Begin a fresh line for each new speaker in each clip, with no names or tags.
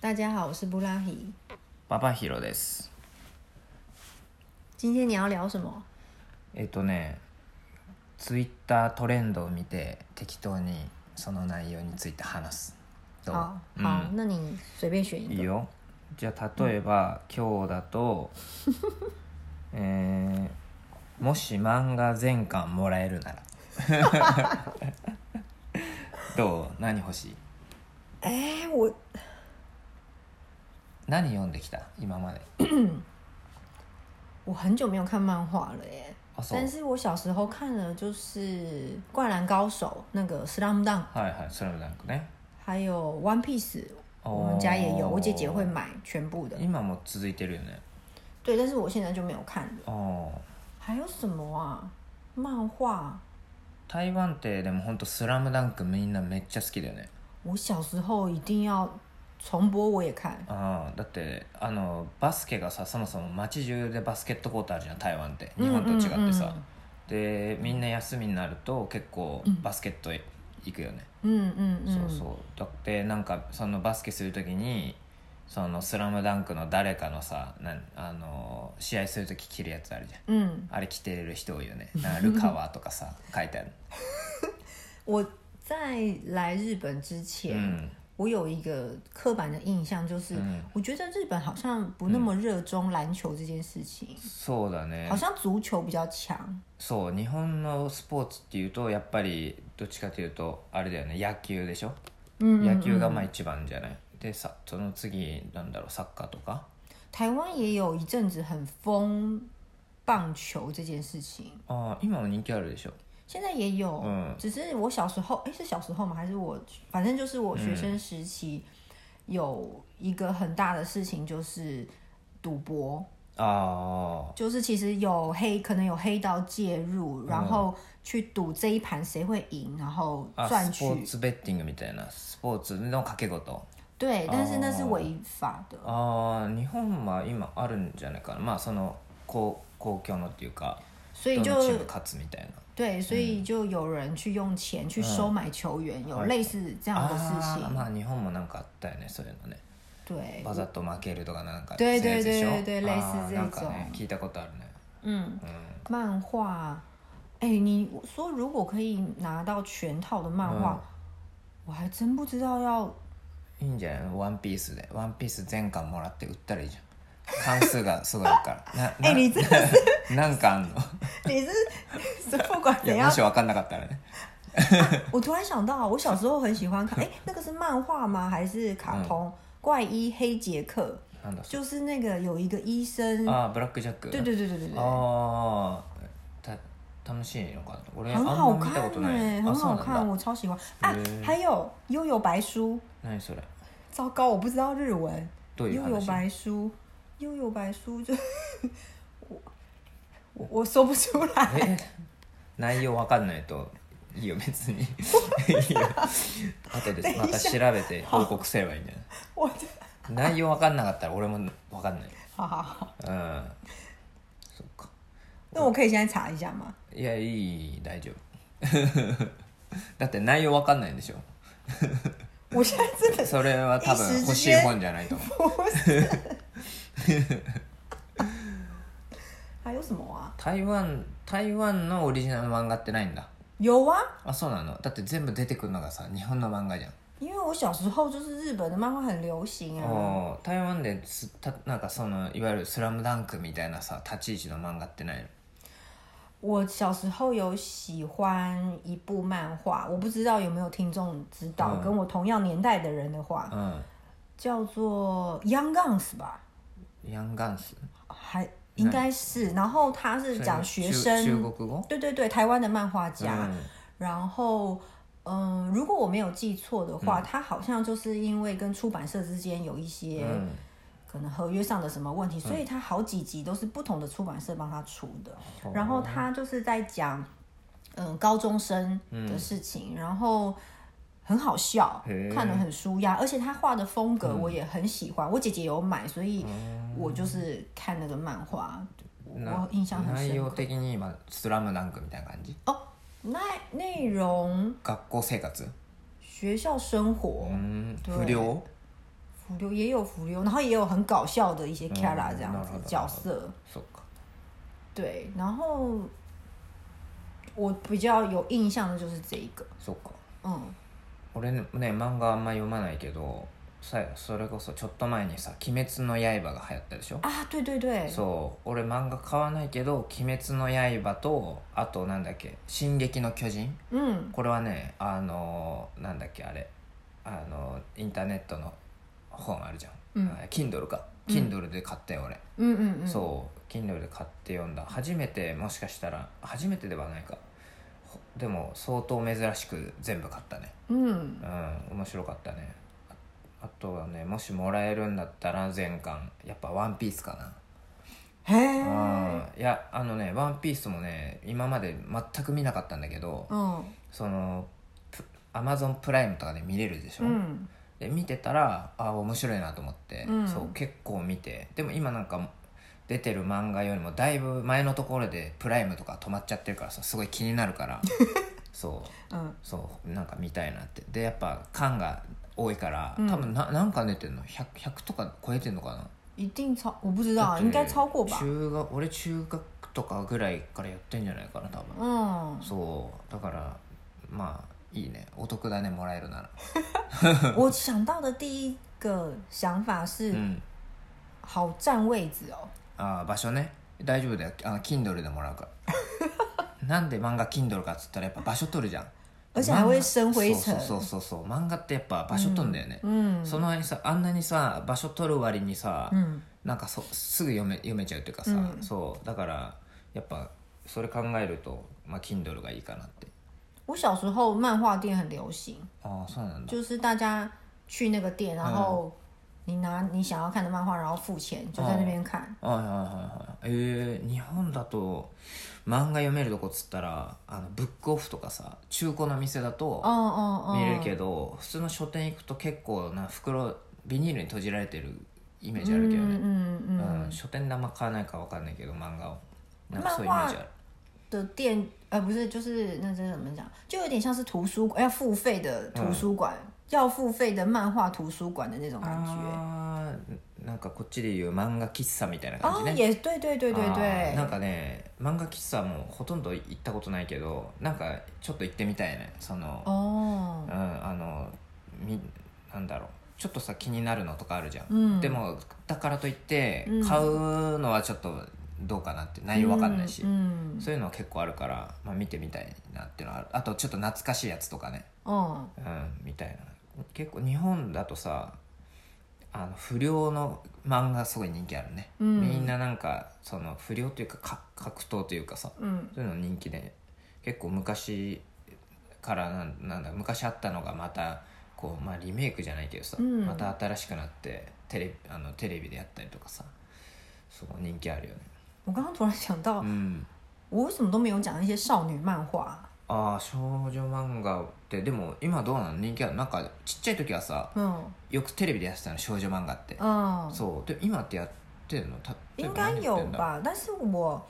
大家好，我是布拉希。
パパヒロです。
今天你要聊什么？
えっとね、ツイッタートレンドを見て適当にその内容について話す。どう
好，
う
好，
ん、
那你随便选嗯一
いい
个。
よ。じゃあ例えば、今日だ と、えーもし漫画全巻もらえるなら。 どう？何欲しい？
哎、我
何読んできた？今まで。
我很久没有看漫画了耶，
あ、そう。
哦但是我小时候看的就是《灌篮高手》那个《Slam Dunk》，
はいはい、スラムダンクね。
还有《One Piece》，我们家也有，
おー
我姐姐会买全部的。
今も続いてるよね。
对，但是我现在就没有看了。
ああ。
还有什么啊？漫画，
台湾ってでもほんと「スラムダンクみんなめっちゃ好きだよね
我小时候一定要重播，我也看。
ああだってあのバスケがさそもそも街中でバスケットコートあるじゃん台湾って日本と違ってさ、
嗯嗯
でみんな休みになると結構バスケットへ行くよね、
嗯嗯嗯，
そうそうだってなんかそのバスケする時に「そのスラムダンクの誰かのさなんあの試合する時着るやつあるじゃん
嗯。
あれ着てる人多いよねなんかルカワとかさ書いてある
我在来日本之前，
嗯
我有一个刻板的印象，就是、
嗯
我觉得日本好像不那么热衷篮球这件事情，
そうだね
好像足球比较强。
そう日本のスポーツっていうとやっぱりどっちかというとあれだよね野球でしょ、
嗯
野球がまあ一番じゃないでさその次なんだろうサッカーとか
台湾也有一阵子很疯棒球这件事情，
ああ今も人気あるでしょ
现在也有，
嗯
只是我小时候，哎、是小时候吗？还是我，反正就是我学生时期、
嗯
有一个很大的事情就是赌博。
あ
就是其实有黑，可能有黑道介入，然后去赌这一盘谁会赢，然后
ああ
赚
スポー
取。
ツベッティングみたいなスポーツの掛け事
对，但是那是
哦
违法的。
ああ日本は今あるんじゃないかなまあその公公共のっていうか
所
ど
以
のチ
就
ーム勝つみたいな
对，所以就有人去用钱去收买球员，有类似这样的事
ああ
情。
まあ日本もなんかあったよねそういうのね
对，
わざと負けるとかなんか
对
そういうやつでしょ
对对对
あー
类似这
なんかね
种
聞いたことあるね
嗯，
うん
漫画，哎、你说如果可以拿到全套的漫画，我还真不知道要
いいんじゃないワンピースでワンピース全巻もらって売ったらいいじゃ ん関数がすごいからな
哎、
な
你真的是
なんかあんの
你是 是不管
い
怎样
やもし分かんなかったらね
我突然想到，我小时候很喜欢看，哎、那个是漫画吗？还是卡通？怪医黑杰克
なんだ
就是那个有一个医生，
ああブラックジャック
对对对对对对，
哦ああた楽しいのかな俺あ
很
ん
好
ま見た
看
ことない、
哎、
あ
很
そう
好
なん
看，
だ
我超喜欢啊
嗯！
还有悠悠白书，
何それ
糟糕，我不知道日文，
どういう
悠悠
話
白书，悠悠白书就我我我说不出来，
え 内容分かんないといいよ別 にいいよ後でまた調べて報告すればいいんじゃない
我就
内容分かんなかったら俺も分かんない
好好好，
うんそっか
那我可以现在查一下吗？
いやいい大丈夫 だって内容分かんないんでしょ
我现在真的
それは多分欲しい本じゃないと思う
不是。还有什么啊？
台湾台湾のオリジナル漫画ってないんだ
有啊，
あそうなのだって全部出てくるのがさ日本の漫画じゃん、
因为我小时候就是日本的漫画很流行啊。
おー台湾ですたなんかそのいわゆる「スラムダンクみたいなさ立ち位置の漫画ってないの
我小时候有喜欢一部漫画，我不知道有没有听众知道，
嗯
跟我同样年代的人的话，叫做《Young Guns》吧，
うんヤンガンス
还应该是。然后他是讲学
中
生，
中国語
对对对，台湾的漫画
う
家。
ん
然后，嗯，如果我没有记错的话，他好像就是因为跟出版社之间有一些
うん
可能合约上的什么问题，所以他好几集都是不同的出版社帮他出的。然后他就是在讲，嗯，高中生的事情，然后。很好笑
嘿，
看得很舒压，而且他画的风格我也很喜欢。我姐姐有买，所以我就是看那个漫画，我印象很
内
深
容
刻。
的に今「スラムダンクみたいな感じ
哦，那内容
学校生活
学校生活，
嗯うん
对
不良
浮流也有浮流，然后也有很搞笑的一些 c a r a 这样
なる
子、
ほど
角色，
そっか
对，然后我比较有印象的就是这一个，
そっか
嗯，
俺ね漫画あんま読まないけどさそれこそちょっと前にさ「鬼滅の刃」が流行ったでしょ
啊，对对对，
そう俺漫画買わないけど「鬼滅の刃と」あとなんだっけ「進撃の巨人」
嗯
これはねあのーなんだっけあれあのーインターネットの本あるじゃん、
うん
あ Kindle か Kindle で買ったよ俺、
嗯嗯嗯，
そう Kindle で買って読んだ初めてもしかしたら初めてではないかほでも相当珍しく全部買ったね
嗯
うん面白かったねああとはねもしもらえるんだったら全巻やっぱ「ワンピースかな
嘿，
うんいやあのね「ワンピースもね今まで全く見なかったんだけど、
嗯
そのアマゾンプライムとかで見れるでしょ、
嗯
で見てたらあ面白いなと思って、
うん
そう結構見てでも今なんか出てる漫画よりもだいぶ前のところでプライムとか止まっちゃってるからさすごい気になるから そう
嗯
そうなんか見たいなってでやっぱ缶が多いから、
うん
多分な何巻出てんの 100, 100とか超えてんのかな
一定超，我不知道啊
だっ，て
应该超过吧，
中学俺中学とかぐらいからやってんじゃないかな多分、
嗯，
そうだからまあいいねお得だねもらえるなら
我想到的第一个想法
う
是，
ん
好占位置哦，
あー場所ね大丈夫だよあ Kindle でもらうから なんで漫画 Kindle かっつったらやっぱ場所取るじゃん
而且还会生灰尘
漫画そうそうそうそう漫画ってやっぱ場所取るんだよね、
嗯
その間にさあんなにさ場所取る割にさ、
嗯
なんかそすぐ読め読めちゃうっていうかさ、
う
そうだからやっぱそれ考えると、まあ、Kindle がいいかなって
我小时候漫画店很流行，
ああそうなんだ
就是大家去那个店，然后你拿你想要看的漫画，然后付钱，就在那边看。
はいはいはいはいえー、日本だと漫画読めるとこっつったらあのブックオフとかさ中古の店だと
哦哦哦，
見れるけど、普通の書店行くと結構な袋ビニールに閉じられてるイメージあるけどね、
嗯
う
嗯
ん
嗯
書店であんま買わないか分かんないけど漫画をなんか
漫画
そういうイメージある
的店，呃，不是，就是那这怎么讲，就有点像是图书馆要付费的图书馆，要付费的漫画图书馆的那种感觉。
あーなんかこっちでいう漫画喫茶みたいな感
哦
じ，ね
也对对对对
あーなん
对，
かね漫画喫茶もほとんど行ったことないけどなんかちょっと行ってみたいねその、
哦
うん、，あのみなんだろうちょっとさ気になるのとかあるじゃん、
嗯，
でもだからといって
うん
買うのはちょっとどうかなって内容わかんないし、
嗯
そういうのは結構あるから、まあ、見てみたいなっていうのはあるあとちょっと懐かしいやつとかね
哦，
うんみたいな結構日本だとさあの不良の漫画すごい人気あるね、
うん
みんななんかその不良というかか格闘というかさ
嗯
そういうの人気で結構昔からなんなんだ昔あったのがまたこう、まあ、リメイクじゃないけどさ、
うん
また新しくなってテレあのテレビでやったりとかさそう人気あるよね
我刚刚突然想到
う，ん
我为什么都没有讲一些少女漫画？
ああ少女漫画ってでも今どうなの人気あるなんかちっちゃい時はさ
嗯
よくテレビでやってたの少女漫画って、
嗯，
そうで今ってやってるのた
应该有？吧，但是我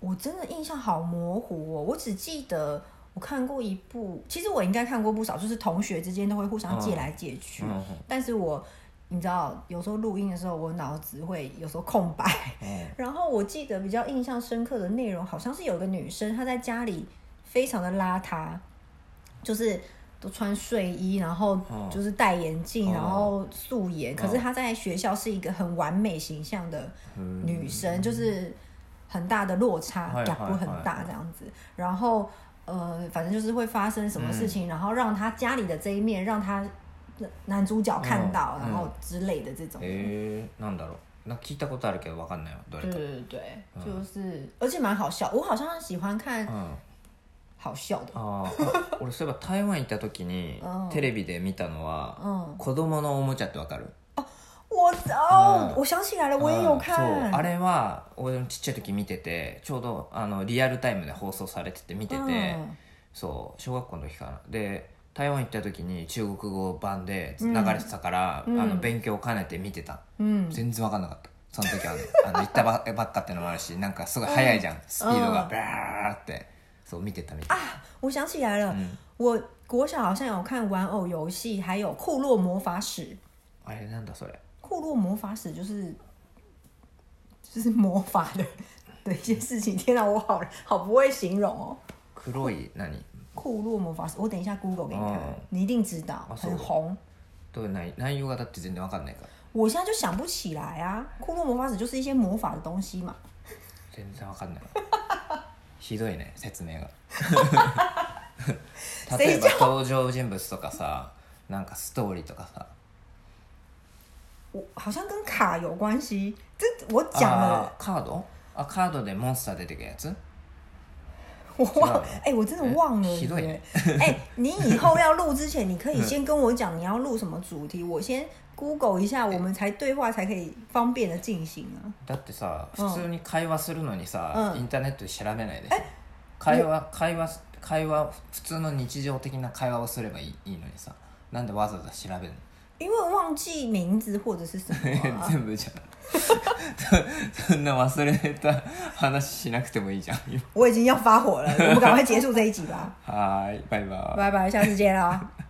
我真的印象好模糊哦，我只记得我看过一部，其实我应该看过不少，就是同学之间都会互相借来借去，
例えば何や
但是我你知道，有时候录音的时候，我脑子会有时候空白，
ってんだ
然后我记得比较印象深刻的内容，好像是有个女生她在家里非常的邋遢，就是都穿睡衣，然后
哦
就是戴眼镜，
哦
然后素颜。可是
哦
她在学校是一个很完美形象的
うん
女生，就是很大的落差
嗨
感
嗨
会很
哎
大这样子。然后呃，反正就是会发生什么事
嗯
情，然后让她家里的这一面让她男主角看到，
嗯哎
然后之类的这种。
えー、なんだろうなんか聞いたことあるけど分かんないわどれ
对
か、
对对，
嗯
就是，而且蛮好笑。我好像喜欢看
うん、あ
好笑的，
ー俺そういえば台湾行った時に
うん
テレビで見たのは
嗯，
子供のおもちゃってわかる
我哦
嗯，啊
我想起来了，我也有
うん
看，
そうあれは俺もちっちゃい時見ててちょうどあのリアルタイムで放送されてて見てて、
嗯
そう小学校の時かなで台湾行った時に中国語版で流れてたから、
うん
あ
う
の
ん
勉強を兼ねて見てた、
嗯，
全然分かんなかったその時は、ね、あの行ったばばっかってのもあるしなんかすごい速いじゃん、スピードがバーってそう見てたみたい
啊我想起
嗯
来了，我国小好像有看玩偶游戏，还有《库洛魔法使》，
あれなんだそれ
库洛魔法使就是就是魔法的的一些事情。天哪，我好好不会形容哦。
黒い何
库洛魔法使，我等一下 Google 给你看，
嗯
你一定知道，
啊
很
是
红。
どういう内内容がだって全然わかんないから
我现在就想不起来啊，库洛魔法使就是一些魔法的东西嘛。
全然わかんない ひどいね説明が例えば登場人物とかさなんかストーリーとかさ
我好像跟卡有关系，这我讲
あ
了，
ーカードあカードでモンスター出てくるやつ
我忘
知道
了
了，
哎、我真的忘了
啊哎
耶、
奇嗯 怪
哎、你以后要录之前，你可以先跟我讲你要录什么主题，我先 Google 一下，我们才对话才可以方便的进行啊。
だってさ
うん
普通に会話するのにさ、
うん
インターネットで調べないでしょ会話会話会話普通の日常的な会話をすればいいいいのにさなんでわざわざ調べる
因为忘记名字或者是什么、
の
啊，
全部じゃんそ んな忘れた話しなくてもいいじゃん 今
我已经要发火了，我们赶快结束这一集吧，
はーいバイバイ
拜拜，下次见啦。啊